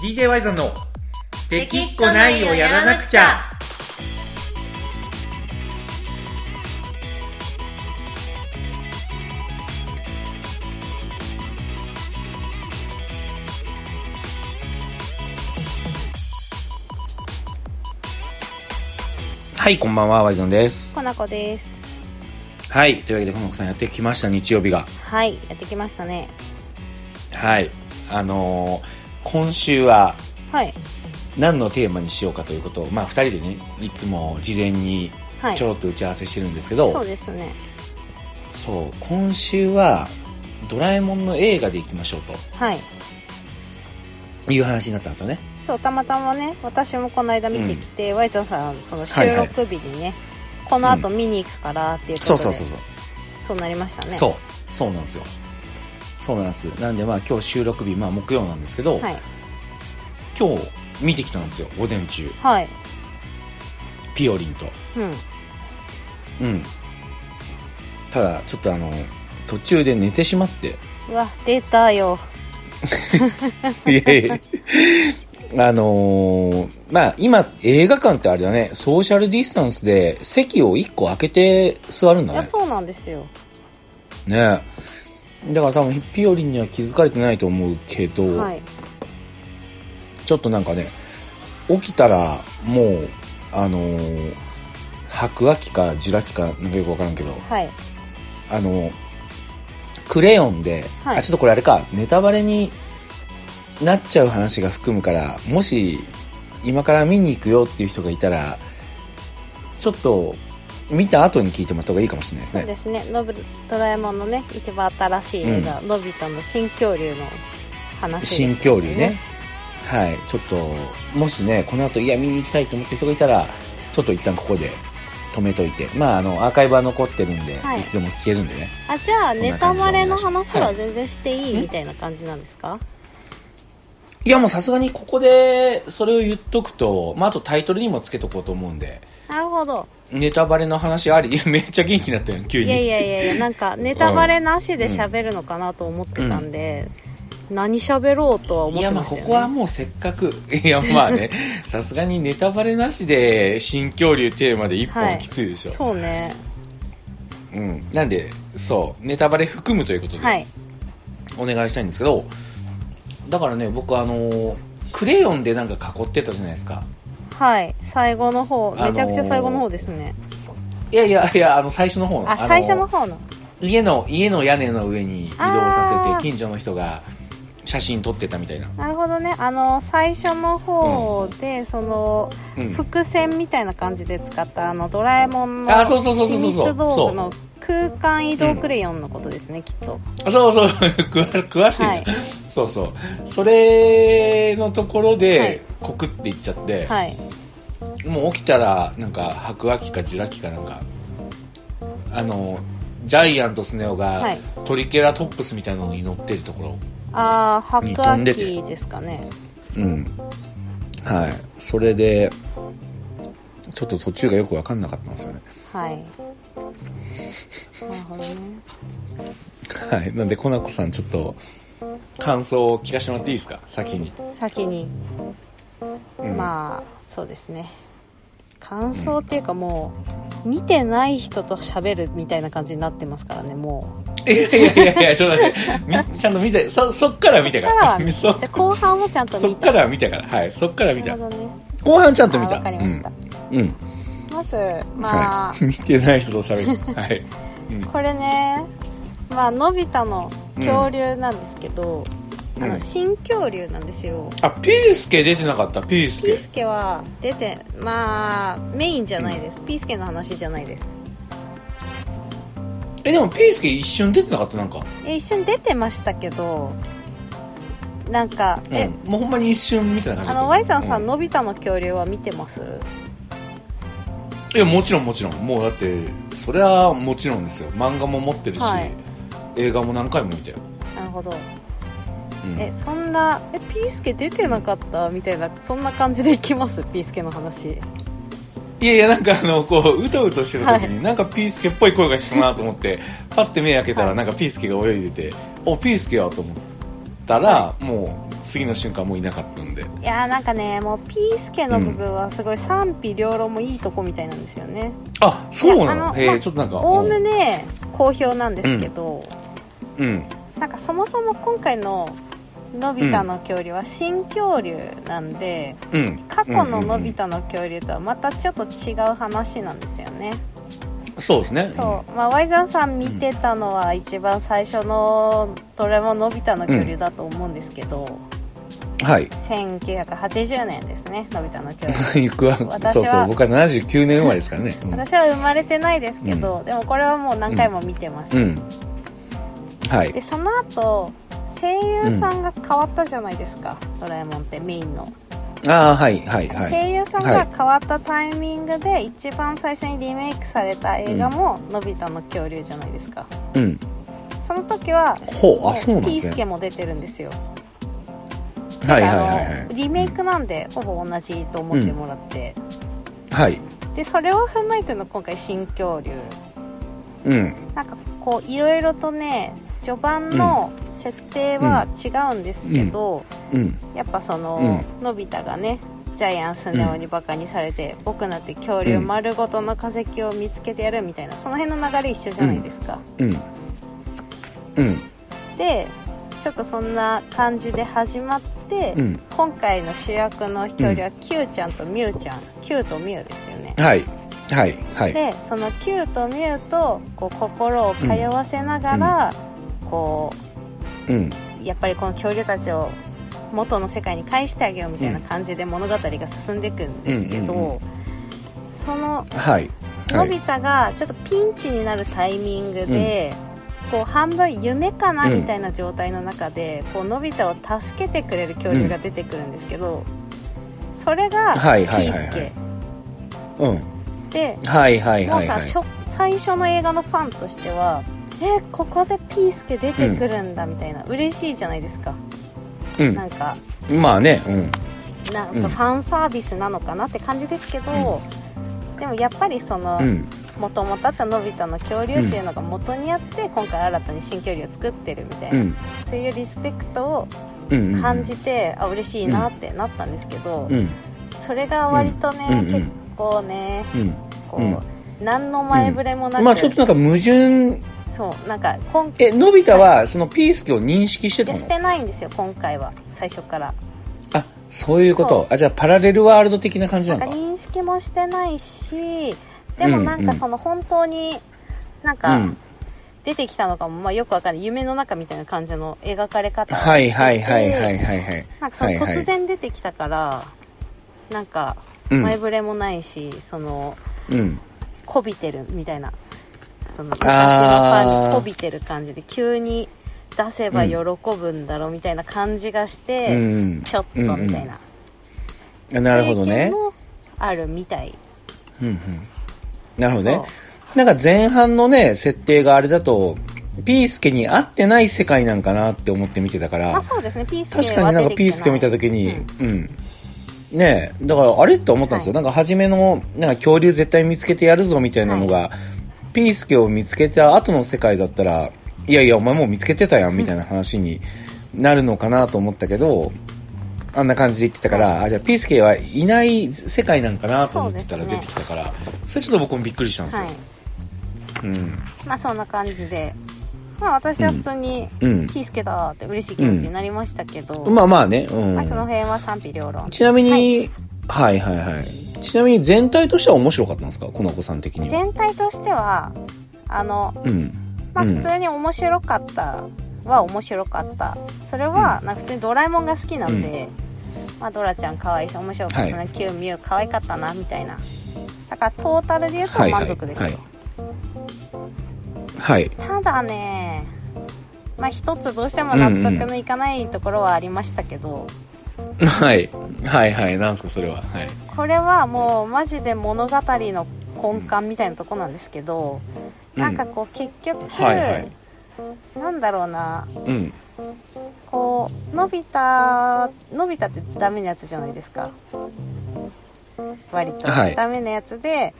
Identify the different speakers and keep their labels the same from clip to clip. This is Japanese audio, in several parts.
Speaker 1: DJ ワイゾンの「できっこないをやらなくちゃ」はいこんばんはワイゾンです
Speaker 2: コナコです
Speaker 1: はいというわけでこの子さんやってきました日曜日が
Speaker 2: はいやってきましたね
Speaker 1: はいあのー今週は
Speaker 2: はい
Speaker 1: 何のテーマにしようかということを、まあ、2人でねいつも事前に
Speaker 2: はい
Speaker 1: ちょろっと打ち合わせしてるんですけど、
Speaker 2: そうですね
Speaker 1: そう今週は「ドラえもん」の映画でいきましょう
Speaker 2: はい
Speaker 1: という話になったんですよね
Speaker 2: そうたまたまね私もこの間見てきて、ワイゾンさんその収
Speaker 1: はいはい
Speaker 2: 録日にね、この後見に行くからっていうことで、
Speaker 1: そうそうそうそう、
Speaker 2: そうなりましたね
Speaker 1: そうそうなんですよそうなんですなんでまあ今日収録日、まあ、木曜なんですけど、
Speaker 2: はい
Speaker 1: 今日見てきたんですよ午前中
Speaker 2: はい
Speaker 1: ピオリンと
Speaker 2: うん
Speaker 1: うんただちょっとあの途中で寝てしまって
Speaker 2: うわ出たよ
Speaker 1: いやいやあのーまあ今映画館ってあれだねソーシャルディスタンスで席を1個空けて座るん
Speaker 2: い
Speaker 1: だ
Speaker 2: や
Speaker 1: ね
Speaker 2: そうなんですよ
Speaker 1: ねだから多分ピオリンには気づかれてないと思うけど、
Speaker 2: はい
Speaker 1: ちょっとなんかね起きたらもうあのー白亜紀かジュラ紀かなんかよくわからんけど
Speaker 2: はい
Speaker 1: あのークレヨンで、
Speaker 2: はい
Speaker 1: あちょっとこれあれかネタバレになっちゃう話が含むからもし今から見に行くよっていう人がいたらちょっと見た後に聞いてもらった方がいいかもしれないです
Speaker 2: そう
Speaker 1: ね
Speaker 2: ですねのぶドラえもんのね一番新しい映画、のび太の新恐竜の話ですよ
Speaker 1: 新恐竜ねはいちょっともしねこの後いや見に行きたいと思った人がいたらちょっと一旦ここで止めといてまああのアーカイブは残ってるんで、
Speaker 2: はい
Speaker 1: い、つでも聞けるんでね
Speaker 2: あじゃあ
Speaker 1: そん
Speaker 2: ネ
Speaker 1: な
Speaker 2: タ
Speaker 1: 感じ
Speaker 2: バレの
Speaker 1: そんな感じ
Speaker 2: 話は
Speaker 1: はい
Speaker 2: 全然していいみたいな感じなんですか、
Speaker 1: いやもうさすがにここでそれを言っとくと、まあ、あとタイトルにもつけとこうと思うんで
Speaker 2: なるほど
Speaker 1: ネタバレの話ありいやめっちゃ元気になったよ急
Speaker 2: い
Speaker 1: に
Speaker 2: やいやいやいやなんかネタバレなしで喋るのかなと思ってたんで、何喋ろうとは思
Speaker 1: い
Speaker 2: って
Speaker 1: やま
Speaker 2: ま
Speaker 1: あ
Speaker 2: した
Speaker 1: こ
Speaker 2: よ、ね、
Speaker 1: こはもうせっかくいやまあ ねさすがにネタバレなしで新恐竜テーマで一
Speaker 2: は
Speaker 1: 本
Speaker 2: い
Speaker 1: きついでしょ、
Speaker 2: そうね
Speaker 1: うん、なんでそうネタバレ含むということで、
Speaker 2: はい
Speaker 1: お願いしたいんですけどだからね僕あのークレヨンでなんか囲ってたじゃないですか
Speaker 2: はい最後の方
Speaker 1: あのー
Speaker 2: めちゃくちゃ最後の方ですね、
Speaker 1: いやいやいやあの最初の方の
Speaker 2: あ
Speaker 1: のー
Speaker 2: 最初の方の
Speaker 1: 家の家の屋根の上に移動さ
Speaker 2: あー
Speaker 1: せて近所の人が写真撮ってたみたいな
Speaker 2: なるほどねあの最初の方で、その
Speaker 1: うん
Speaker 2: 伏線みたいな感じで使ったあのドラえもんの
Speaker 1: あそうそうそうそうそ
Speaker 2: 秘
Speaker 1: う
Speaker 2: 密道具の空間移動クレヨンのことですね、きっと
Speaker 1: あそうそう 詳詳しいな、
Speaker 2: はい
Speaker 1: そうそうそれのところ
Speaker 2: はい
Speaker 1: でコクっていっちゃって、
Speaker 2: はい
Speaker 1: もう起きたらなんか白亜紀かジュラ紀かなんかあのジャイアントスネ夫が、
Speaker 2: はい
Speaker 1: トリケラトップスみたいなのに乗ってるところ
Speaker 2: ああ
Speaker 1: に
Speaker 2: 白
Speaker 1: 飛
Speaker 2: 亜
Speaker 1: んでて
Speaker 2: 紀ですかね
Speaker 1: うんはいそれでちょっと途中がよく分かんなかったんですよね
Speaker 2: はいなるほどね
Speaker 1: はいなんでコナコさんちょっと感想を聞かせてもらっていいですか先に
Speaker 2: 先に、まあそうですね感想っていうかもう見てない人と喋るみたいな感じになってますからねもう
Speaker 1: いやいやいやいやちょっと待ってみちゃんと見てそそっから見たか
Speaker 2: だかららはじ
Speaker 1: そ
Speaker 2: ゃあ後半もちゃんと
Speaker 1: そ
Speaker 2: 見
Speaker 1: ったからは見たからはいそっから見
Speaker 2: な
Speaker 1: た
Speaker 2: るほどね
Speaker 1: 後半ちゃん
Speaker 2: あ
Speaker 1: と見た
Speaker 2: わかりました、
Speaker 1: うん、うん
Speaker 2: まずまあ、
Speaker 1: はい、見てない人と喋るはい、うん
Speaker 2: これねまあのび太の恐竜なんですけど、あ
Speaker 1: う
Speaker 2: の
Speaker 1: ん
Speaker 2: 新恐竜なんですよ、
Speaker 1: あピースケ出てなかったピース
Speaker 2: ピー
Speaker 1: ケ
Speaker 2: スケは出てまあメインじゃないです、ピースケの話じゃないです
Speaker 1: えでもピースケ一瞬出てなかったなんか
Speaker 2: え一瞬出てましたけどなんか、
Speaker 1: うん
Speaker 2: え
Speaker 1: もうほんまに一瞬みたいな感じ
Speaker 2: あの Y さんさん、
Speaker 1: う
Speaker 2: のび太の恐竜は見てます
Speaker 1: いやもちろんもちろんもうだってそれはもちろんですよ漫画も持ってるし、
Speaker 2: はい
Speaker 1: 映画も何回も見たよ、
Speaker 2: なるほど
Speaker 1: うん
Speaker 2: えそんなえピースケ出てなかったみたいなそんな感じでいきますピースケの話
Speaker 1: いやいやなんかあのこううとうとしてる時に、なんかピースケっぽい声がしたなと思っ てパッて目開けたら、
Speaker 2: はい
Speaker 1: なんかピースケが泳いでておピースケやと思ったら、もう次の瞬間もういなかったんで
Speaker 2: いやーなんかねもうピースケの部分はすごい賛否両論もいいとこみたいなんですよね
Speaker 1: あそうない
Speaker 2: やあ
Speaker 1: の
Speaker 2: の
Speaker 1: へえ、
Speaker 2: まあ
Speaker 1: ちょっとなんか
Speaker 2: おおむね好評なんですけど、
Speaker 1: うんうん
Speaker 2: なんかそもそも今回ののび太の恐竜は新恐竜なんで、
Speaker 1: うん
Speaker 2: 過去ののび太の恐竜とはまたちょっと違う話なんですよね、
Speaker 1: うんそうですね
Speaker 2: そう、まあ、ワイザーさん見てたのは一番最初のどれものび太の恐竜だと思うんですけど、
Speaker 1: うんはい
Speaker 2: 1980年ですねのび太の恐竜
Speaker 1: 僕は
Speaker 2: 私
Speaker 1: そ
Speaker 2: は
Speaker 1: うそう僕は79年生まれですからね、うん
Speaker 2: 私は生まれてないですけど、でもこれはもう何回も見てます、
Speaker 1: うん。は
Speaker 2: で
Speaker 1: い。
Speaker 2: その後声優さんが変わったじゃないですか、ドラえもんってメインの、
Speaker 1: ああ、はい、はい、はい。
Speaker 2: 声優さんが変わったタイミングで一番最初にリメイクされた映画も「のび太の恐竜」じゃないですか
Speaker 1: うん。
Speaker 2: その時は
Speaker 1: ほう、あ、
Speaker 2: ね
Speaker 1: そうなん
Speaker 2: ピ
Speaker 1: で
Speaker 2: ー
Speaker 1: す
Speaker 2: スケ
Speaker 1: ね。
Speaker 2: も出てるんですよ
Speaker 1: はい、はい、
Speaker 2: あの
Speaker 1: はいはい。
Speaker 2: リメイクなんでほぼ同じと思ってもらって、
Speaker 1: はい。
Speaker 2: でそれを踏まえての今回新恐竜
Speaker 1: うん。
Speaker 2: なんかこういろいろとね序盤の設定は違うんですけど、
Speaker 1: うん。
Speaker 2: やっぱその、のび太がねジャイアンスネ夫にバカにされて、僕なんて恐竜丸ごとの化石を見つけてやるみたいなその辺の流れ一緒じゃないですか、
Speaker 1: うん。うん。
Speaker 2: でちょっとそんな感じで始まって、
Speaker 1: うん
Speaker 2: 今回の主役の恐竜は Q ちゃんとミュウちゃん、Q とミュウですよね
Speaker 1: はい。はい、はい。
Speaker 2: でその Q とミュウとこう心を通わせながら、こ
Speaker 1: うん。
Speaker 2: うやっぱりこの恐竜たちを元の世界に返してあげようみたいな感じで物語が進んでいくんですけど、
Speaker 1: うんうんうん
Speaker 2: その
Speaker 1: はい。は
Speaker 2: のび
Speaker 1: い。
Speaker 2: 太がちょっとピンチになるタイミングで、こう半分夢かなみたいな状態の中で、こうのび太を助けてくれる恐竜が出てくるんですけど、それがピ
Speaker 1: はいはいは
Speaker 2: ー
Speaker 1: いはい
Speaker 2: スケ
Speaker 1: うん。
Speaker 2: で
Speaker 1: はい、はい、
Speaker 2: もう
Speaker 1: はい。
Speaker 2: さ、
Speaker 1: はい
Speaker 2: 初最初の映画のファンとしてはえここでピースケ出てくるんだみたいな、嬉しいじゃないですかなんか
Speaker 1: うん。まあね、うん。
Speaker 2: なん
Speaker 1: うん
Speaker 2: かファンサービスなのかなって感じですけど、でもやっぱりその。
Speaker 1: うん。
Speaker 2: もともとあったのび太の恐竜っていうのが元にあって、今回新たに新恐竜を作ってるみたいな、
Speaker 1: うん。
Speaker 2: そういうリスペクトを
Speaker 1: うん。うん
Speaker 2: 感じて、あ嬉しいなってなったんですけど、
Speaker 1: うん。
Speaker 2: それが割とね、
Speaker 1: うんうん
Speaker 2: 結構ね
Speaker 1: うん。
Speaker 2: こう、何の前触れもなく、
Speaker 1: まあちょっとなんか矛盾、
Speaker 2: そうなんか今
Speaker 1: え、のび太はそのピースケを認識してた
Speaker 2: 回
Speaker 1: の
Speaker 2: してないんですよ今回は最初から
Speaker 1: あ、そういうこと。あ、じゃあパラレルワールド的な感じな
Speaker 2: なん
Speaker 1: の
Speaker 2: か
Speaker 1: か。
Speaker 2: 認識もしてないしでもなん
Speaker 1: うんう
Speaker 2: か
Speaker 1: ん
Speaker 2: その本当になん
Speaker 1: う
Speaker 2: か、
Speaker 1: ん。
Speaker 2: 出てきたのかも、まあ、よくわかんない夢の中みたいな感じの描かれ方をしてて
Speaker 1: はい、はい、はい、はい、はい。はい
Speaker 2: なんかその
Speaker 1: はいはい
Speaker 2: 突然出てきたから、なんか
Speaker 1: うん
Speaker 2: 前触れもないし、その
Speaker 1: うん。
Speaker 2: こびてるみたいなその昔のフ
Speaker 1: あー
Speaker 2: ァンにこびてる感じで急に出せば喜ぶんだろうみたいな感じがして、
Speaker 1: うん
Speaker 2: ちょっとみたいな、
Speaker 1: あなるほど
Speaker 2: 経験
Speaker 1: ね。
Speaker 2: もあるみたい
Speaker 1: うんうん、なるほどね
Speaker 2: そ。
Speaker 1: なんか前半のね、設定があれだと、ピースケに合ってない世界なんかなって思って見てたから、
Speaker 2: まあそうですねピースケは
Speaker 1: 確かになんかピースケを見た
Speaker 2: 出て
Speaker 1: 時
Speaker 2: き
Speaker 1: に、
Speaker 2: 出て
Speaker 1: うん、ねえ、だからあれと思ったんですよ。な
Speaker 2: は
Speaker 1: んか初めの、なんか恐竜絶対見つけてやるぞみたいなのが、ピースケを見つけた後の世界だったら、いやいや、お前もう見つけてたやんみたいな話になるのかなと思ったけど、あんな感じで言ってたから、あ、じゃあピースケはいない世界なんかなと思ってたら
Speaker 2: そうで
Speaker 1: 出
Speaker 2: すね
Speaker 1: てきたから、それちょっと僕もびっくりしたんです
Speaker 2: ない
Speaker 1: よ。う
Speaker 2: はい
Speaker 1: ん。
Speaker 2: まあそんな感じでまあ私は普通に、
Speaker 1: うん。
Speaker 2: ピースケだーって嬉しい気持ちになりましたけど、
Speaker 1: まあまあね、う
Speaker 2: まあその
Speaker 1: ん。
Speaker 2: 辺は賛否両論
Speaker 1: ちなみに、はい、はいはい。ちなみに全体としては面白かったんですかこの子さん的には。
Speaker 2: 全体としてはあの、
Speaker 1: うん。
Speaker 2: まあ、
Speaker 1: うん
Speaker 2: 普通に面白かったは面白かったそれはなんか普通にドラえもんが好きなんで、まあ、ドラちゃん可愛いし面白かったな、
Speaker 1: は
Speaker 2: キューミュー可愛かったなみたいなだからトータルで言うと
Speaker 1: はい、はい。
Speaker 2: 満足ですよ、
Speaker 1: はい。はい。
Speaker 2: ただねまあ一つどうしても納得のいかないところはありましたけど、
Speaker 1: はい。はいはい。なんですか、それは。はい。
Speaker 2: これはもうマジで物語の根幹みたいなとこなんですけど、
Speaker 1: うん
Speaker 2: なんかこう結局、
Speaker 1: はいはい
Speaker 2: なんだろうな
Speaker 1: うん。
Speaker 2: こうのび太のび太ってダメなやつじゃないですか割と、
Speaker 1: はい
Speaker 2: ダメなやつで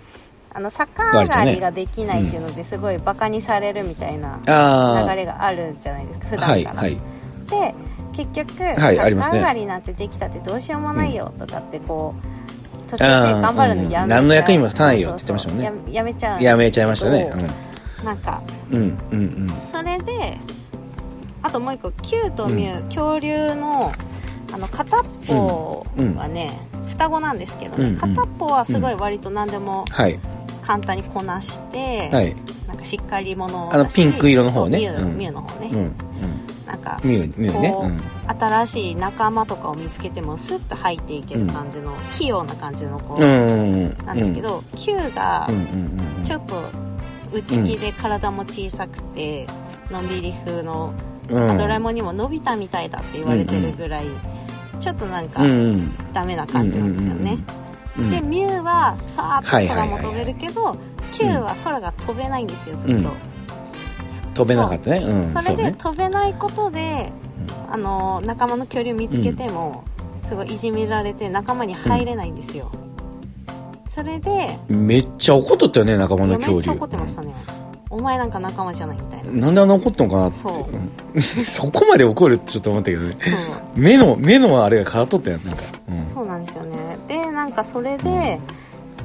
Speaker 2: あの逆上
Speaker 1: 割と
Speaker 2: が
Speaker 1: ね
Speaker 2: りができないっていうのですごいバカにされるみたいな
Speaker 1: あ
Speaker 2: 流
Speaker 1: あ。
Speaker 2: れがあるじゃないですか、普
Speaker 1: は
Speaker 2: 段
Speaker 1: い
Speaker 2: から、
Speaker 1: はい。
Speaker 2: で結局、
Speaker 1: はいありますね
Speaker 2: 上がりなんてできたってどうしようもないよとかってこう途中で
Speaker 1: うん
Speaker 2: 頑張るのやめちゃう、
Speaker 1: うん何の役にも立たないよって言ってましたもんね
Speaker 2: そうそうややめちゃう
Speaker 1: やめちゃいましたね。
Speaker 2: なんか
Speaker 1: うん。うん、うん、うん。
Speaker 2: それであともう一個キューとミュウ、恐竜のあの片っぽはね、双子なんですけど
Speaker 1: う
Speaker 2: ね、
Speaker 1: んうん
Speaker 2: 片っぽはすごい割と何でも
Speaker 1: はい。
Speaker 2: 簡単にこなして、
Speaker 1: はい。
Speaker 2: なんかしっかり者
Speaker 1: あのピンク色の方ね
Speaker 2: そうミュウ,、
Speaker 1: うん
Speaker 2: ミュウの方ね、
Speaker 1: うん、うん。
Speaker 2: なんか
Speaker 1: ミュウ、ミュウね。うん。
Speaker 2: 新しい仲間とかを見つけてもスッと入っていける感じの、器用な感じの子
Speaker 1: うん。
Speaker 2: なんですけ。ど、キューが
Speaker 1: うん、うん、うん。
Speaker 2: ちょっと内気で体も小さくて、のんびり風の
Speaker 1: うん、
Speaker 2: ドラえもんにも伸びたみたいだって言われてるぐらい、ちょっとなんか
Speaker 1: うん、
Speaker 2: ダメな感じなんですよね、
Speaker 1: うん。
Speaker 2: でミュウはファーッと空も飛べるけど、キ
Speaker 1: いはい
Speaker 2: ュウは空が飛べないんですよずっと、
Speaker 1: うん飛べなかったね。うん、
Speaker 2: そ
Speaker 1: そ
Speaker 2: れ
Speaker 1: う
Speaker 2: で
Speaker 1: ね。
Speaker 2: 飛べないことで、あの仲間の恐竜見つけても、すごいいじめられて仲間に入れないんですよ、それで
Speaker 1: めっちゃ怒っとったよね、仲間
Speaker 2: い
Speaker 1: の
Speaker 2: やめ
Speaker 1: 恐
Speaker 2: っち
Speaker 1: 竜
Speaker 2: ゃ。怒ってましたねお前なんか仲間じゃないみたいな
Speaker 1: なんであんな怒ったのかなって。
Speaker 2: そう
Speaker 1: うんそこまで怒るってちょっと思ったけどね。
Speaker 2: そう
Speaker 1: 目の、目のあれが変わっとったよ、なんか。うん。
Speaker 2: そうなんですよねでなんかそれで、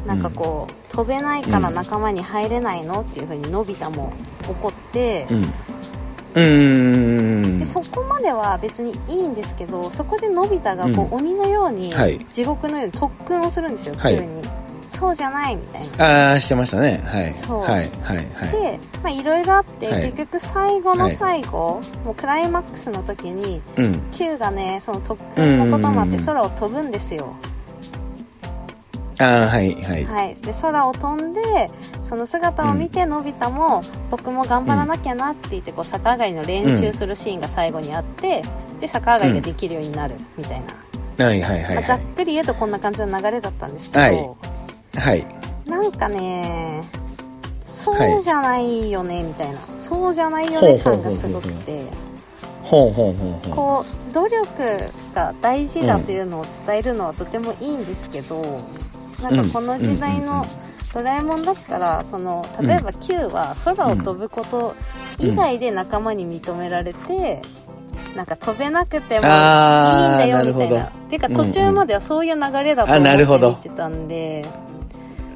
Speaker 2: なんかこう飛べないから仲間に入れないのっていうふうにのび太も怒って、
Speaker 1: うん。うーん
Speaker 2: で。そこまでは別にいいんですけどそこでのび太がこう、鬼のように、
Speaker 1: はい
Speaker 2: 地獄のように特訓をするんですよ急
Speaker 1: はい
Speaker 2: に、そうじゃないみたいな
Speaker 1: ああ、してましたね。はい。
Speaker 2: そう
Speaker 1: はい、はい、はい。
Speaker 2: でまあいろいろあって、
Speaker 1: はい
Speaker 2: 結局最後の最後、もうクライマックスの時に
Speaker 1: うん。
Speaker 2: Q がねその特訓のこともあっ
Speaker 1: うんうん
Speaker 2: て
Speaker 1: うん
Speaker 2: 空を飛ぶんですよ、
Speaker 1: ああ、はい、はい。
Speaker 2: はい、で空を飛んでその姿を見てのび太も、僕も頑張らなきゃなって言ってこう逆上がりの練習するシーンが最後にあって、で逆上がりができるようになるみたいな、
Speaker 1: はい、はい、はい
Speaker 2: まあ、ざ
Speaker 1: は
Speaker 2: っくり言うとこんな感じの流れだったんですけど、
Speaker 1: はいい。はい。
Speaker 2: なんかねそうじゃないよねみたいな、そうじゃないよね感がすごくて
Speaker 1: ほうほうほうほ
Speaker 2: こう努力が大事だというのを伝えるのはとてもいいんですけど、なんかこの時代
Speaker 1: うんうんうんう
Speaker 2: の
Speaker 1: ん
Speaker 2: ドラえもんだったらその例えば Q は空を飛ぶこと以外で仲間に認められて。なんか飛べなくてもいいんだ
Speaker 1: あーな
Speaker 2: よ
Speaker 1: る
Speaker 2: み
Speaker 1: ほ
Speaker 2: た
Speaker 1: ど
Speaker 2: いなっていうか途中まではそういう流れだと
Speaker 1: あなるほど
Speaker 2: 思って見てたんで、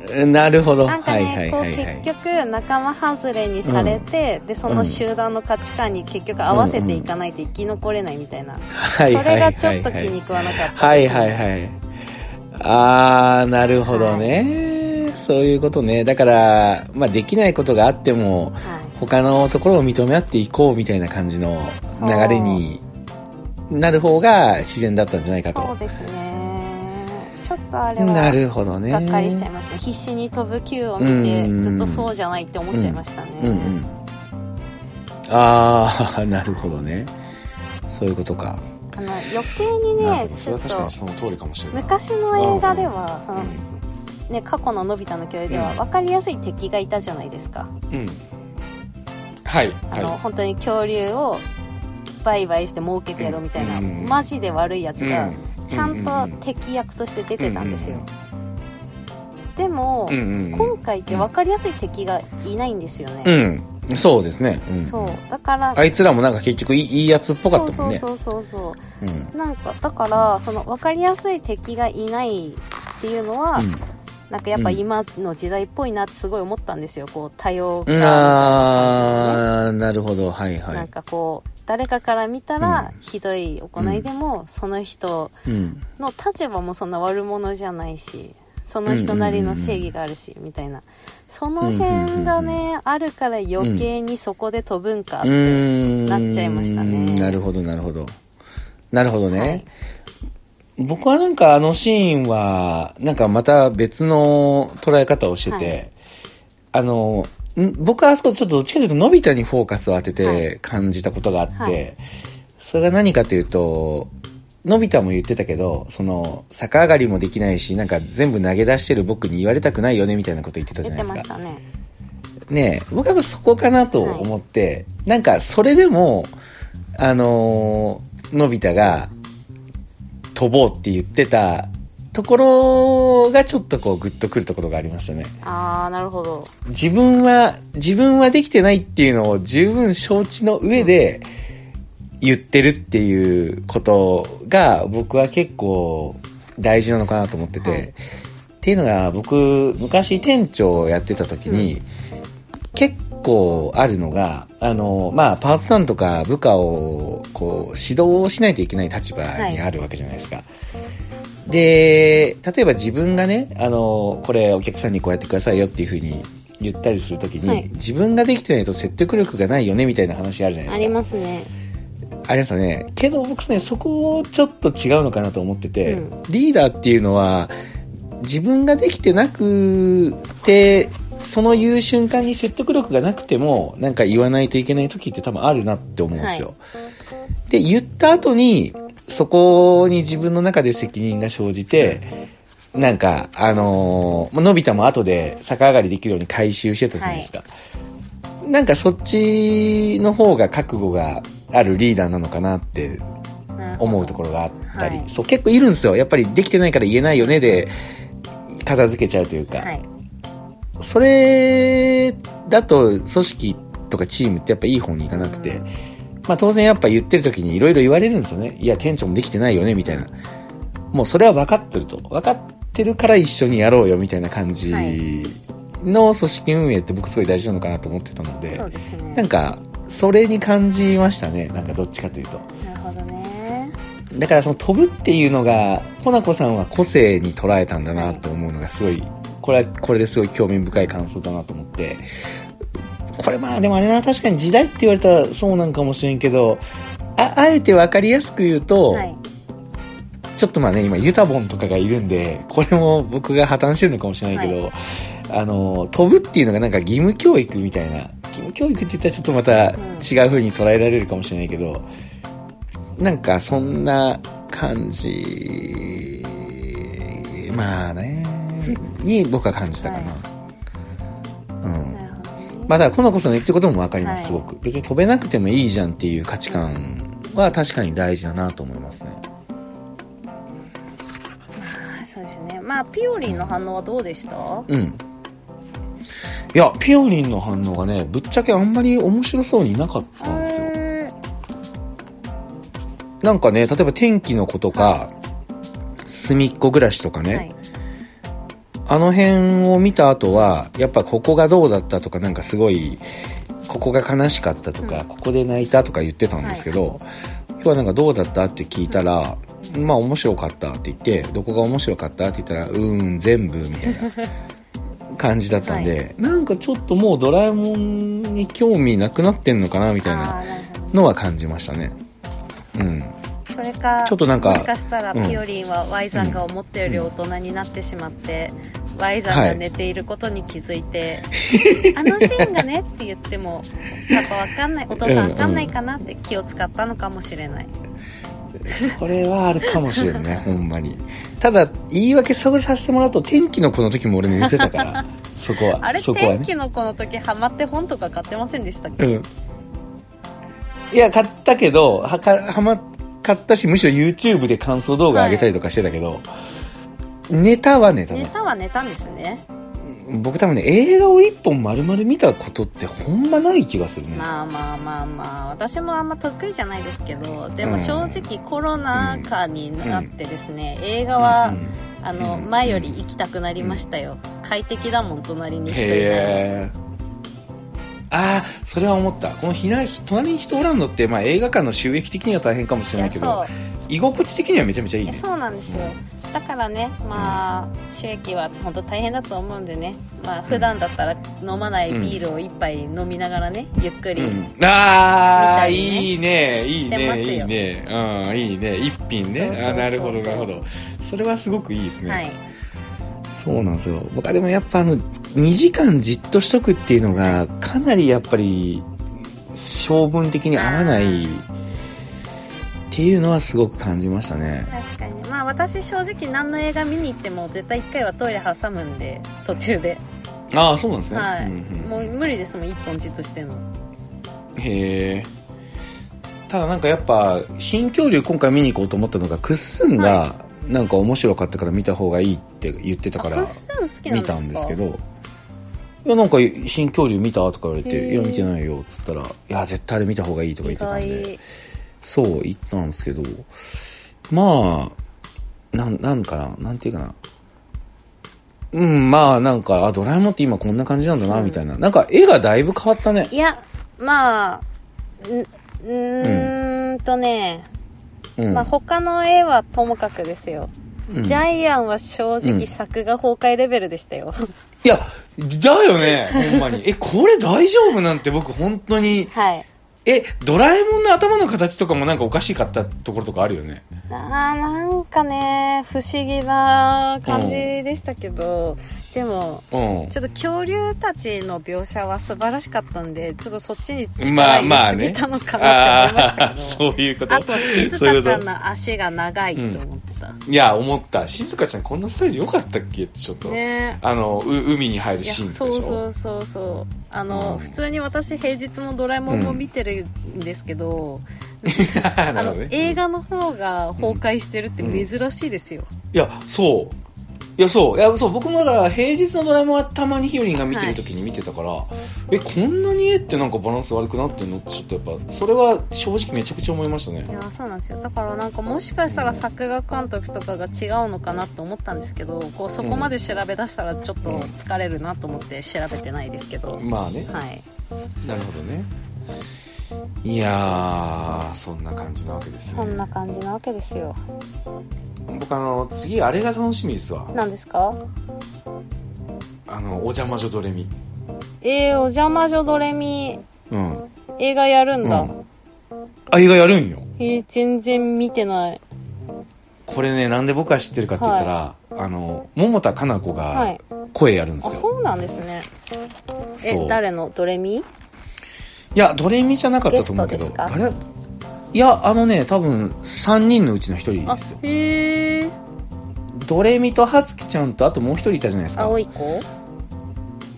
Speaker 1: う。なるほど。
Speaker 2: なんか
Speaker 1: はい、は
Speaker 2: ね、
Speaker 1: い、
Speaker 2: こう
Speaker 1: はい、はい。
Speaker 2: 結局仲間外れにされて、でその集団の価値観に結局合わせていかないと生き残れないみたいな、
Speaker 1: は
Speaker 2: それがちょっと気に食わなかった
Speaker 1: は
Speaker 2: で
Speaker 1: い
Speaker 2: す、
Speaker 1: はいはい。ああ、なるほどね、そういうことね。だから、まあ、できないことがあっても、
Speaker 2: はい
Speaker 1: 他のところを認め合っていこうみたいな感じの流れになる方が自然だったんじゃないか
Speaker 2: そう
Speaker 1: と。
Speaker 2: ですねちょっとあれ
Speaker 1: な
Speaker 2: は
Speaker 1: るほどね。
Speaker 2: がっかりしちゃいますね必死に飛ぶ球を見て
Speaker 1: うん
Speaker 2: ずっとそうじゃないって思っちゃいましたね、
Speaker 1: うんうん。ああ、 なるほどね。そういうことか。
Speaker 2: あの余計に
Speaker 1: なる
Speaker 2: ね
Speaker 1: ほどそ
Speaker 2: ち
Speaker 1: れ
Speaker 2: ょ
Speaker 1: は
Speaker 2: っ
Speaker 1: 確か
Speaker 2: と
Speaker 1: にその通りかもしれない。
Speaker 2: 昔の映画ではそ
Speaker 1: うん
Speaker 2: の、ね、過去ののび太の恐竜では
Speaker 1: うん
Speaker 2: 分かりやすい敵がいたじゃないですか、
Speaker 1: うん。はい。
Speaker 2: あの
Speaker 1: は
Speaker 2: 本当に恐竜を売買して儲けてやろうみたいな、
Speaker 1: うん
Speaker 2: マジで悪いやつ
Speaker 1: い。
Speaker 2: がちゃんと
Speaker 1: うん
Speaker 2: 敵役として出てたんですよ、でも、
Speaker 1: うんうんうん
Speaker 2: 今回って分かりやすい敵がいないんですよね、
Speaker 1: うん。そうですね。うん、
Speaker 2: そうだから
Speaker 1: あいつらもなんか結局いいいいやつっぽかったもんね。
Speaker 2: そうそうそ
Speaker 1: う
Speaker 2: う
Speaker 1: ん
Speaker 2: そうなんかだからその分かりやすい敵がいないっていうのは、
Speaker 1: うん
Speaker 2: なんかやっぱ今の時代っぽいなってすごい思ったんですよこう多様化み
Speaker 1: うん。
Speaker 2: たいな感じのね
Speaker 1: あー、なるほど。はいは
Speaker 2: なん
Speaker 1: い。
Speaker 2: かこう誰かから見たら
Speaker 1: う
Speaker 2: ひどい行いでも、その人
Speaker 1: うん。
Speaker 2: の立場もそんな悪者じゃないしその人なりの正義があるし、みたいなその辺がね、
Speaker 1: うん
Speaker 2: あるから余計にそこで飛ぶんか、
Speaker 1: うーん。
Speaker 2: なっちゃいましたね
Speaker 1: なるほど、なるほど。なるほどね。
Speaker 2: はい
Speaker 1: 僕はなんかあのシーンは、なんかまた別の捉え方をしてて、
Speaker 2: はい
Speaker 1: あの、ん僕はあそこちょっとどっちかというとのび太にフォーカスを当て
Speaker 2: は
Speaker 1: て
Speaker 2: い
Speaker 1: 感じたことがあって、
Speaker 2: はい
Speaker 1: それが何かというと、のび太も言ってたけど、その、逆上がりもできないし、なんか全部投げ出してる僕に言われたくないよね、みたいなこと言ってたじ
Speaker 2: 言
Speaker 1: ゃ
Speaker 2: っ
Speaker 1: な
Speaker 2: て
Speaker 1: いです
Speaker 2: ま
Speaker 1: か
Speaker 2: し。たね
Speaker 1: ねえ、僕はやっぱそこかなと思って、なんかそれでも、あのーのび太が飛ぼうって言ってたところがちょっとこうグッとくるところがありましたね。
Speaker 2: ああなるほど
Speaker 1: 自分は、自分はできてないっていうのを十分承知の上で、言ってるっていうことが僕は結構大事なのかなと思ってて、
Speaker 2: はい
Speaker 1: っていうのが僕昔店長をやってた時に、結構あるのがあの、まあ、パートさんとか部下をこう指導しないといけない立場にあるわけじゃないですか。で例えば自分がねあのこれお客さんにこうやってくださいよっていうふうに言ったりするときに、
Speaker 2: はい
Speaker 1: 自分ができてないと説得力がないよねみたいな話あるじゃないで
Speaker 2: あ
Speaker 1: すか。
Speaker 2: りますね
Speaker 1: ありますよね。けど僕ね、そこをちょっと違うのかなと思ってて、
Speaker 2: うん
Speaker 1: リーダーっていうのは、自分ができてなくて、その言う瞬間に説得力がなくても、なんか言わないといけない時って多分あるなって思うんですよ。で、言った後に、そこに自分の中で責任が生じて、なんか、あのーまあのび太も後で逆上がりできるように回収してたじゃないですか。なんかそっちの方が覚悟があるリーダーなのかなって思うところがあったり、
Speaker 2: はい
Speaker 1: そう結構いるんですよやっぱりできてないから言えないよねで片付けちゃうというか、
Speaker 2: はい
Speaker 1: それだと組織とかチームってやっぱいい方に行かなくて、まあ当然やっぱ言ってる時にいろいろ言われるんですよねいや店長もできてないよねみたいなもうそれは分かってると分かってるから一緒にやろうよみたいな感じ
Speaker 2: はい
Speaker 1: の組織運営って僕すごい大事なのかなと思ってたので、
Speaker 2: そうですね
Speaker 1: なんか、それに感じましたね。なんかどっちかというと。
Speaker 2: なるほどね
Speaker 1: だからその飛ぶっていうのが、コナコさんは個性に捉えたんだなと思うのがすごい、これは、これですごい興味深い感想だなと思って。これまあでもあれな、確かに時代って言われたらそうなんかもしれんけど、あ、あえてわかりやすく言うと、
Speaker 2: はい
Speaker 1: ちょっとまあね、今、ユタボンとかがいるんで、これも僕が破綻してるのかもしれないけど、あの、飛ぶっていうのがなんか義務教育みたいな、義務教育って言ったらちょっとまた違う風に捉えられるかもしれないけど、なんかそんな感じ、まあね、に僕は感じたかな。うん。
Speaker 2: なるほどね
Speaker 1: まあだから、この子さんの言ってることもわかります、
Speaker 2: はい
Speaker 1: すごく。別に飛べなくてもいいじゃんっていう価値観は確かに大事だなと思いますね。
Speaker 2: あそうですねまあピオリンの反応はどうでした
Speaker 1: うん。いや、ピオリンの反応がね、ぶっちゃけあんまり面白そうになかったんですよ。
Speaker 2: う
Speaker 1: なんかね、例えば天気の子とか、隅っこ暮らしとか
Speaker 2: ーん
Speaker 1: ね、
Speaker 2: はい
Speaker 1: あの辺を見た後は、やっぱここがどうだったとか、なんかすごい、ここが悲しかったとか、
Speaker 2: うん
Speaker 1: ここで泣いたとか言ってたんですけど、今日はなんかどうだったって聞いたら、まあ面白かったって言って、どこが面白かったって言ったら、うーん、全部みたいな感じだったんで、なんかちょっともうドラえもんに興味なくなってんのかなみたい
Speaker 2: あ
Speaker 1: な
Speaker 2: ーなるほどね
Speaker 1: のは感じましたね。うん。
Speaker 2: それか
Speaker 1: ちょっとなんか
Speaker 2: もしかしたら
Speaker 1: うん
Speaker 2: ピオリンは Y さんが思ったより大人になってしまって、Y さんが寝ていることに気づ いて、あのシーンがねって言ってもパパわかんないお父さんわかんないかなって気を使ったのかもしれない、
Speaker 1: それはあるかもしれん ね、ほんまに。ただ、言い訳それさせてもらうと、天気の子の時も俺寝てた から、そこは。
Speaker 2: あれ
Speaker 1: そこは
Speaker 2: 天
Speaker 1: ね。
Speaker 2: 気の子の時ハマって本とか買ってませんでしたっけ、
Speaker 1: うん。いや、買ったけど、はか、はま、買ったし、むしろ YouTube で感想動画上げたりとかしてたけど、ネタはネタ
Speaker 2: ネ
Speaker 1: ね。
Speaker 2: タはネタんですね、
Speaker 1: 僕多分ね、映画を一本丸々見たことってほんまない気がするね。
Speaker 2: まあまあまあまあ私もあんま得意じゃないですけどで
Speaker 1: う
Speaker 2: も
Speaker 1: ん
Speaker 2: 正直コロナ禍になってですね、映画は、
Speaker 1: うんうん
Speaker 2: あ
Speaker 1: う
Speaker 2: の
Speaker 1: ん
Speaker 2: 前より行きたくなりましたよ、快適だもん隣に人いない
Speaker 1: へえああそれは思ったこの避難隣に人おらんのって、まあ、映画館の収益的には大変かもし
Speaker 2: い
Speaker 1: れない
Speaker 2: や
Speaker 1: けど
Speaker 2: そう
Speaker 1: 居心地的にはめちゃめちゃいい
Speaker 2: いや
Speaker 1: ね
Speaker 2: そうなんですよだからねまあ収益は本当大変だと思うんでねまあ普段だったら飲まないビールを一杯飲みながらねゆっくり、
Speaker 1: うん、ああ、
Speaker 2: みたい
Speaker 1: いい
Speaker 2: にね
Speaker 1: ねいい
Speaker 2: してま
Speaker 1: ね
Speaker 2: すよ
Speaker 1: いいねうんいいね一品ね
Speaker 2: そうそうそうそう
Speaker 1: あーなるほどなるほどそれはすごくいいですね、
Speaker 2: はい
Speaker 1: そうなんですよ僕はでもやっぱあの2時間じっとしとくっていうのがかなりやっぱり性分的に合わないっていうのはすごく感じましたね
Speaker 2: 確かにまあ私正直何の映画見に行っても絶対1回はトイレ挟むんで途中で
Speaker 1: ああそうなんですね、
Speaker 2: はい、
Speaker 1: んん
Speaker 2: もう無理ですもん1本じっとしてんの
Speaker 1: へえただなんかやっぱ新恐竜今回見に行こうと思ったのがクッスンがなんか面白かったから見た方がいいって言ってたか
Speaker 2: あ
Speaker 1: ら
Speaker 2: クッスン好きなん
Speaker 1: 見
Speaker 2: ですか
Speaker 1: たんですけどいやなんか新恐竜見たとか言われ
Speaker 2: へ
Speaker 1: て「
Speaker 2: ー
Speaker 1: いや見てないよ」っつったら「いや絶対あれ見た方がいい」とか言ってたんで
Speaker 2: 意
Speaker 1: そう、行ったんですけど、まあ、なん、なんかな、なんていうかな。うん、まあなんか、あ、ドラえもんって今こんな感じなんだな、
Speaker 2: うん
Speaker 1: みたいな。なんか絵がだいぶ変わったね。
Speaker 2: いやまあんうーんとね、
Speaker 1: うん。
Speaker 2: まあ、他の絵はともかくですよ、
Speaker 1: うん
Speaker 2: ジャイアンは正
Speaker 1: うん
Speaker 2: 直作画崩壊レベルでした よ、
Speaker 1: いや、だよね、ほんま に。え、これ大丈夫なんて僕本当に、
Speaker 2: はい
Speaker 1: え、ドラえもんの頭の形とかもなんかおかしかったところとかあるよね。
Speaker 2: あーなんかね不思議な感じでしたけど、でも
Speaker 1: うん。
Speaker 2: ちょっと恐竜たちの描写は素晴らしかったんでちょっとそっちに
Speaker 1: まあ
Speaker 2: 力
Speaker 1: まあ
Speaker 2: 入れす
Speaker 1: ね
Speaker 2: ぎたの。かなって思いましたけど、
Speaker 1: ああ、そういうこと。
Speaker 2: あと静
Speaker 1: そうい
Speaker 2: 香
Speaker 1: うこ
Speaker 2: ちゃ
Speaker 1: と
Speaker 2: んの足が長いと思ってた、
Speaker 1: いや、思った。静香ちゃんこんなスタイル良かったっけってちょっと。
Speaker 2: ね
Speaker 1: あの、う海に入る
Speaker 2: いや
Speaker 1: シーンとか
Speaker 2: そう
Speaker 1: でしょ
Speaker 2: そうそうそうあの、
Speaker 1: うん
Speaker 2: 普通に私平日の「ドラえもん」も見てるんですけど、
Speaker 1: な
Speaker 2: あ
Speaker 1: るほ
Speaker 2: の
Speaker 1: どね。
Speaker 2: 映画の方が崩壊してるって珍しいですよ、
Speaker 1: いや、そう。いや、そう。いや、そう。僕もだから、平日のドラえもんはたまにひよりんが見てる時に見てたから、え、こんなに絵ってなんかバランス悪くなってんのってちょっとやっぱ、それは正直めちゃくちゃ思いましたね
Speaker 2: い。やそうなんですよだからなんかもしかしたら作画監督とかが違うのかなと思ったんですけどこうそこまで調べ出したらちょっと疲れるなと思って調べてないですけど、
Speaker 1: まあね。
Speaker 2: はい
Speaker 1: なるほどね。いやー、そんな感じなわけです
Speaker 2: そん
Speaker 1: ね。
Speaker 2: な感じなわけですよ
Speaker 1: 僕あの、次、あれが楽しみですわ。
Speaker 2: 何ですか
Speaker 1: あの、お邪魔女ドレミ。
Speaker 2: えー、お邪魔女ドレミ
Speaker 1: うん。
Speaker 2: 映画やるんだ、
Speaker 1: うんあ、映画やるんよ。
Speaker 2: えー、全然見てない
Speaker 1: これね、なんで僕が知ってるかって言ったら、あの、桃田かな子
Speaker 2: は
Speaker 1: が
Speaker 2: い
Speaker 1: 声やるんで
Speaker 2: あ
Speaker 1: すよ。
Speaker 2: そうなんですね
Speaker 1: そう
Speaker 2: え誰のドレミ
Speaker 1: いや、ドレミじゃなかったと思うけど
Speaker 2: ゲス。トですか
Speaker 1: 誰いや、あのね、多分、3人のうちの1人
Speaker 2: あ
Speaker 1: ですよ。
Speaker 2: へえ
Speaker 1: ドレミとハツキちゃんと、あともう1人いたじゃないですか。
Speaker 2: 青い子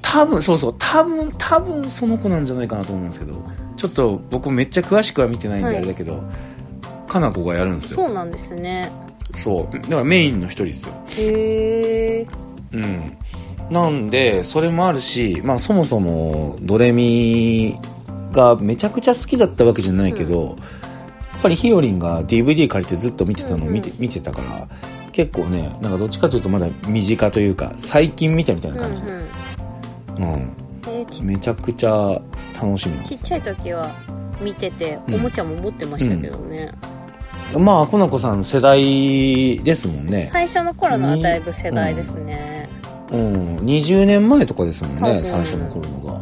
Speaker 1: 多分、そうそう、多分、多分その子なんじゃないかなと思うんですけど。ちょっと、僕めっちゃ詳しくは見てないん
Speaker 2: は
Speaker 1: で、
Speaker 2: い
Speaker 1: あれだけど、かな子がやるんです
Speaker 2: そ
Speaker 1: よ。
Speaker 2: うなんですね
Speaker 1: そう。だからメインの1人ですよ。
Speaker 2: へえ
Speaker 1: うん。なんで、それもあるし、まあそもそもドレミがめちゃくちゃ好きだったわけじゃないけど、やっぱりヒヨリンが DVD 借りてずっと見てたのを見て,、
Speaker 2: うん
Speaker 1: 見てたから、結構ね、なんかどっちかというとまだ身近というか、最近見たみたい
Speaker 2: うん
Speaker 1: な
Speaker 2: うん
Speaker 1: 感じで、
Speaker 2: え
Speaker 1: うん、
Speaker 2: ーち
Speaker 1: めちゃくちゃ楽しみなん
Speaker 2: ち
Speaker 1: で
Speaker 2: っ
Speaker 1: す
Speaker 2: ちゃい時は見てて、
Speaker 1: うん
Speaker 2: おもちゃも持ってましたけどね、
Speaker 1: よ。まあ、コナコさん世代ですもんね。
Speaker 2: 最初の頃のはだいぶ世代ですね、
Speaker 1: うん、20年前とかですもん
Speaker 2: 多
Speaker 1: ね、
Speaker 2: 分
Speaker 1: 最初の頃のが。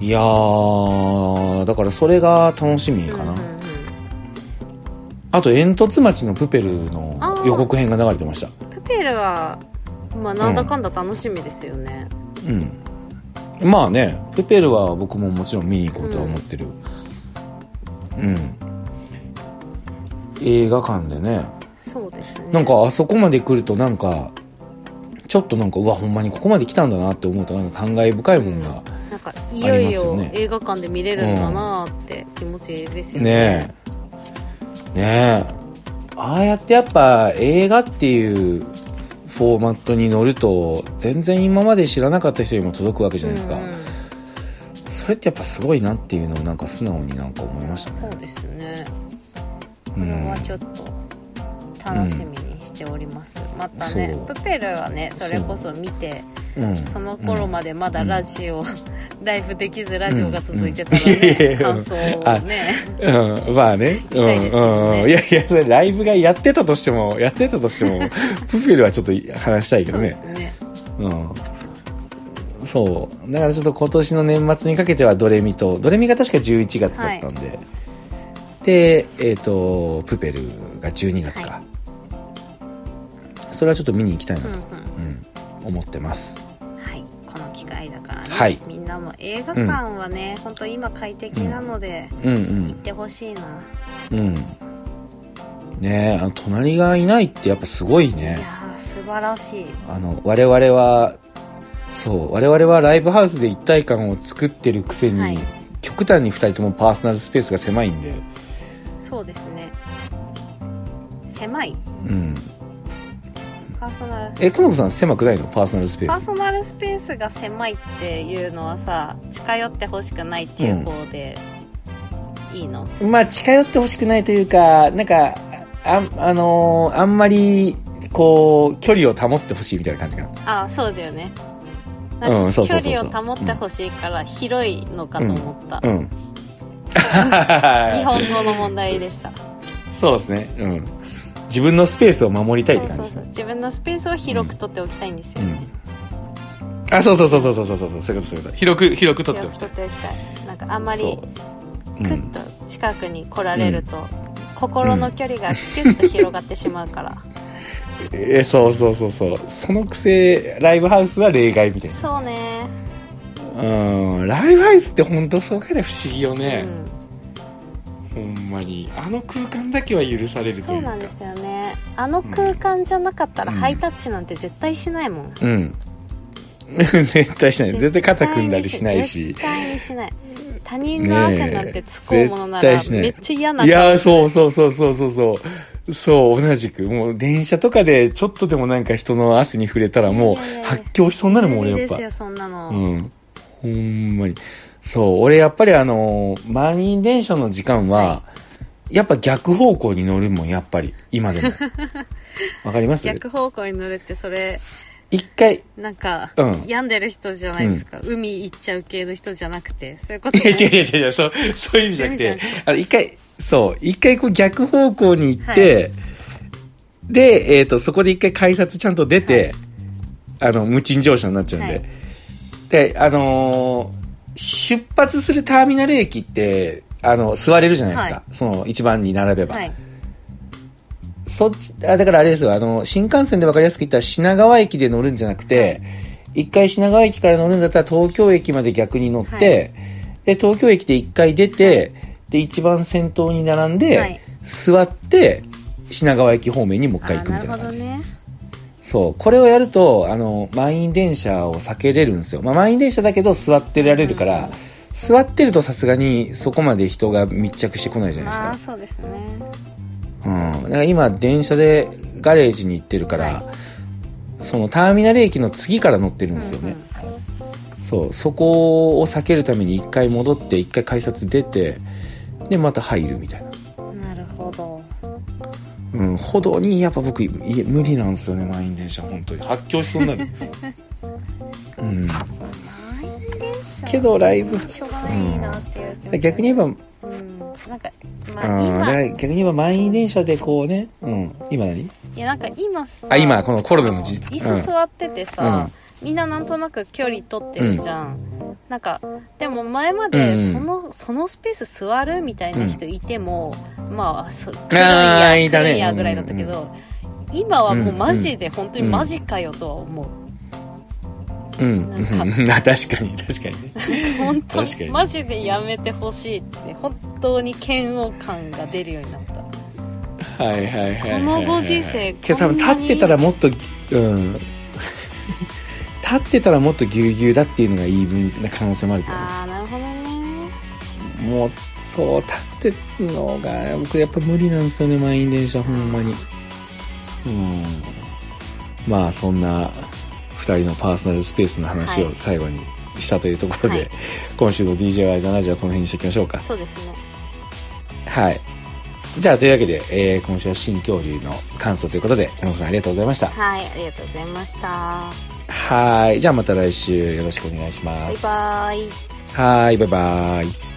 Speaker 1: いやー、だからそれが楽しみ
Speaker 2: うん
Speaker 1: か
Speaker 2: うん
Speaker 1: な。
Speaker 2: うん
Speaker 1: あと、煙突町のプペルの予告編が流れてました。
Speaker 2: プペルはまあなんだかんだ楽しみですよね、
Speaker 1: うん。まあね、プペルは僕ももちろん見に行こうとは思ってる。うん。映画館でね、
Speaker 2: そうですね
Speaker 1: なんかあそこまで来るとなんか、ちょっとなんか、うわ、ほんまにここまで来たんだなって思うとなんか感慨深いもんが、
Speaker 2: なんかいよい
Speaker 1: あり
Speaker 2: よ
Speaker 1: ますよね
Speaker 2: 映画館で見れるんだなーって気持ちですよね
Speaker 1: ねえねえああやってやっぱ映画っていうフォーマットに乗ると全然今まで知らなかった人にも届くわけじゃないですか、
Speaker 2: うんうん
Speaker 1: それってやっぱすごいなっていうのをなんか素直になんか思いましたね
Speaker 2: そうですね
Speaker 1: う
Speaker 2: これ
Speaker 1: ん
Speaker 2: はちょっと楽しみにしております、またね
Speaker 1: そう
Speaker 2: プペルはねそれこそ見て
Speaker 1: うん
Speaker 2: その頃までまだラジオ、 ライブできずラジオが続いてた
Speaker 1: うんうん
Speaker 2: らね、感想をね
Speaker 1: うん、まあね。うん、
Speaker 2: 痛いです
Speaker 1: う
Speaker 2: けどね
Speaker 1: ん、うん。いやいや、それライブがやってたとしても、やってたとして も、プペルはちょっと話したいけ
Speaker 2: そ
Speaker 1: ど
Speaker 2: う
Speaker 1: ね
Speaker 2: で。すね
Speaker 1: うん。そう。だからちょっと今年の年末にかけてはドレミと、ドレミが確か11月だったんで、で、えっ、と、プペルが12月か。
Speaker 2: は
Speaker 1: それはちょっと見に行きたいな
Speaker 2: うん
Speaker 1: と、うん、思ってます。
Speaker 2: うんはいこの機会だからね、
Speaker 1: はい
Speaker 2: みんなも映画館はね、本当今快適なので、
Speaker 1: うん
Speaker 2: 行ってほしいな、
Speaker 1: うん。うん。ねえ、あの、隣がいないってやっぱすごい
Speaker 2: い
Speaker 1: ね。
Speaker 2: やー素晴らしい
Speaker 1: あの、我々は、そう、我々はライブハウスで一体感を作ってるくせに、
Speaker 2: はい
Speaker 1: 極端に二人ともパーソナルスペースが狭いんで、
Speaker 2: そうですね狭い
Speaker 1: うん。
Speaker 2: パーソナル
Speaker 1: え、くまこさん狭くないのパーソナルスペ
Speaker 2: パ
Speaker 1: ー
Speaker 2: ー
Speaker 1: ス。
Speaker 2: ソナルスペースが狭いっていうのはさ近寄ってほしくないっていう方で、いいの
Speaker 1: まあ近寄ってほしくないというかなんかああのーあんまりこう距離を保ってほしいみたいな感じかな
Speaker 2: ああそうだよね
Speaker 1: うん
Speaker 2: なんか
Speaker 1: そ
Speaker 2: 距
Speaker 1: うそうそうそう
Speaker 2: 離を保ってほしいから広いのかと思った、
Speaker 1: うん
Speaker 2: 日本語の問題でした
Speaker 1: そうですねうん自分のスペースを守りたいって感じです
Speaker 2: そうそうそう
Speaker 1: ね
Speaker 2: 自分のスペースを広く取っておきたいんですよね、
Speaker 1: うんあそうそうそうそうそうそうそうそうそういうことそういうこと広く広く取ってお
Speaker 2: 広
Speaker 1: き
Speaker 2: く
Speaker 1: たい
Speaker 2: 取っておきたいなんかあんま
Speaker 1: そ
Speaker 2: り
Speaker 1: う、
Speaker 2: ク
Speaker 1: う
Speaker 2: ッ
Speaker 1: ん、
Speaker 2: と近くに来られると、心の距離がキュッと広がってしまうから、
Speaker 1: えそうそうそうそうそのくせライブハウスは例外みたいな
Speaker 2: そうね
Speaker 1: うんライブハウスって本当そうかで不思議よね、ほんまにあの空間だけは許され
Speaker 2: う
Speaker 1: る
Speaker 2: ん、
Speaker 1: と
Speaker 2: そ
Speaker 1: いううか
Speaker 2: なんですよねあの空間じゃなかったらハイタッチなんて絶対しないもん、
Speaker 1: うん 絶対しない絶対肩組んだりしないし
Speaker 2: 絶対にしない他人の汗なんてつこうものな
Speaker 1: ねえ
Speaker 2: ら
Speaker 1: 絶対しない
Speaker 2: めっちゃ嫌ない
Speaker 1: やーそうそうそうそうそうそうそう同じくもう電車とかでちょっとでもなんか人の汗に触れたらもう
Speaker 2: いやいやいや
Speaker 1: 発狂しそうになるもん
Speaker 2: 無理
Speaker 1: 俺や
Speaker 2: で
Speaker 1: っぱ
Speaker 2: すよそんなの、
Speaker 1: うんほんまにそう俺やっぱりあのー満員電車の時間はやっぱ逆方向に乗るもんやっぱり今 でもわかります
Speaker 2: 逆方向に乗るってそれ
Speaker 1: 一回
Speaker 2: なんか、
Speaker 1: うん
Speaker 2: 病んでる人じゃないですか、海行っちゃう系の人じゃなくてそういうこ と
Speaker 1: いや、違う
Speaker 2: ね
Speaker 1: 違う違う違う、そう、そういう意味じゃなく
Speaker 2: そ
Speaker 1: て
Speaker 2: ういう意味じゃ、
Speaker 1: あの、一回、そう、一回こう逆方向に行って、で、えっ、と、そこで一回改札ちゃんと出て、あの、無賃乗車になっちゃうんで。
Speaker 2: はい
Speaker 1: で、あのー出発するターミナル駅って、あの、座れるじゃないですか。
Speaker 2: は
Speaker 1: その、一番に並べば。
Speaker 2: はい
Speaker 1: そっち、あ、だからあれですよ、あの、新幹線でわかりやすく言ったら品川駅で乗るんじゃなくて、一回品川駅から乗るんだったら東京駅まで逆に乗って、
Speaker 2: はい
Speaker 1: で、東京駅で一回出て、で、一番先頭に並んで、
Speaker 2: はい
Speaker 1: 座って、品川駅方面にもう一回行くみたいな
Speaker 2: あーなる
Speaker 1: 感
Speaker 2: ほ
Speaker 1: じ
Speaker 2: ど
Speaker 1: です。
Speaker 2: ね
Speaker 1: そう。これをやると、あの、満員電車を避けれるんですよ。まあ、満員電車だけど座ってられるから、
Speaker 2: うん
Speaker 1: 座ってるとさすがにそこまで人が密着してこないじゃないです
Speaker 2: ま
Speaker 1: か
Speaker 2: あ。そうですね
Speaker 1: うん、だから今電車でガレージに行ってるから、
Speaker 2: は
Speaker 1: そのターミナル駅の次から乗ってるんですよね、そうそこを避けるために一回戻って一回改札出てでまた入るみたいな、
Speaker 2: うんうんなるほど
Speaker 1: うん、歩道にやっぱ僕い無理なんですよね満員電車本当に発狂しそうにな るうん
Speaker 2: 満員電車
Speaker 1: けどライブ
Speaker 2: しょうがないなっていう気持ち
Speaker 1: 逆に言えば、うん、
Speaker 2: うんなんか
Speaker 1: だ
Speaker 2: ま
Speaker 1: か
Speaker 2: あ今
Speaker 1: ら逆に言えば満員電車でこうね、うん、今何
Speaker 2: いやなんか今さ
Speaker 1: あ今このコロナのじ
Speaker 2: 椅子座っててさ、みんななんとなく距離取ってるじゃん、なんかでも前まで
Speaker 1: うんうん
Speaker 2: その,、そのスペース座るみたいな人いても、まあそ来る
Speaker 1: あ
Speaker 2: んや
Speaker 1: ーいたね
Speaker 2: 来るんやぐらいだったけど、今はもうマジで本当に
Speaker 1: うん
Speaker 2: マジかよとは思う、
Speaker 1: うん、
Speaker 2: な
Speaker 1: うん
Speaker 2: か
Speaker 1: ん確かに確かにね
Speaker 2: 本当
Speaker 1: 確かに
Speaker 2: マジでやめてほしいって本当に嫌悪感が出るようになった
Speaker 1: はいはいはいはいはい
Speaker 2: このご時世
Speaker 1: けど多分
Speaker 2: こ
Speaker 1: 立
Speaker 2: んな
Speaker 1: っ
Speaker 2: に
Speaker 1: てたらもっとうん立ってたらもっとぎゅうぎゅうだっていうのが言い分な可能性もあるけどね
Speaker 2: ああなるほどね
Speaker 1: もうそう立ってるのが僕やっぱ無理なんですよね満員電車ほんまにうんまあそんな2人のパーソナルスペースの話
Speaker 2: は
Speaker 1: を
Speaker 2: い
Speaker 1: 最後にしたというところで、
Speaker 2: はい
Speaker 1: 今週の DJY7 時はこの辺にしておきましょうか
Speaker 2: そうですね
Speaker 1: はい。じゃあ、というわけで、えー今週は新恐竜の感想ということで、山本さんありがとうございました。
Speaker 2: はいありがとうございました
Speaker 1: はーい。じゃあまた来週よろしくお願いしま
Speaker 2: バイ
Speaker 1: す。は
Speaker 2: バ
Speaker 1: ー
Speaker 2: イ
Speaker 1: い、バイバイ。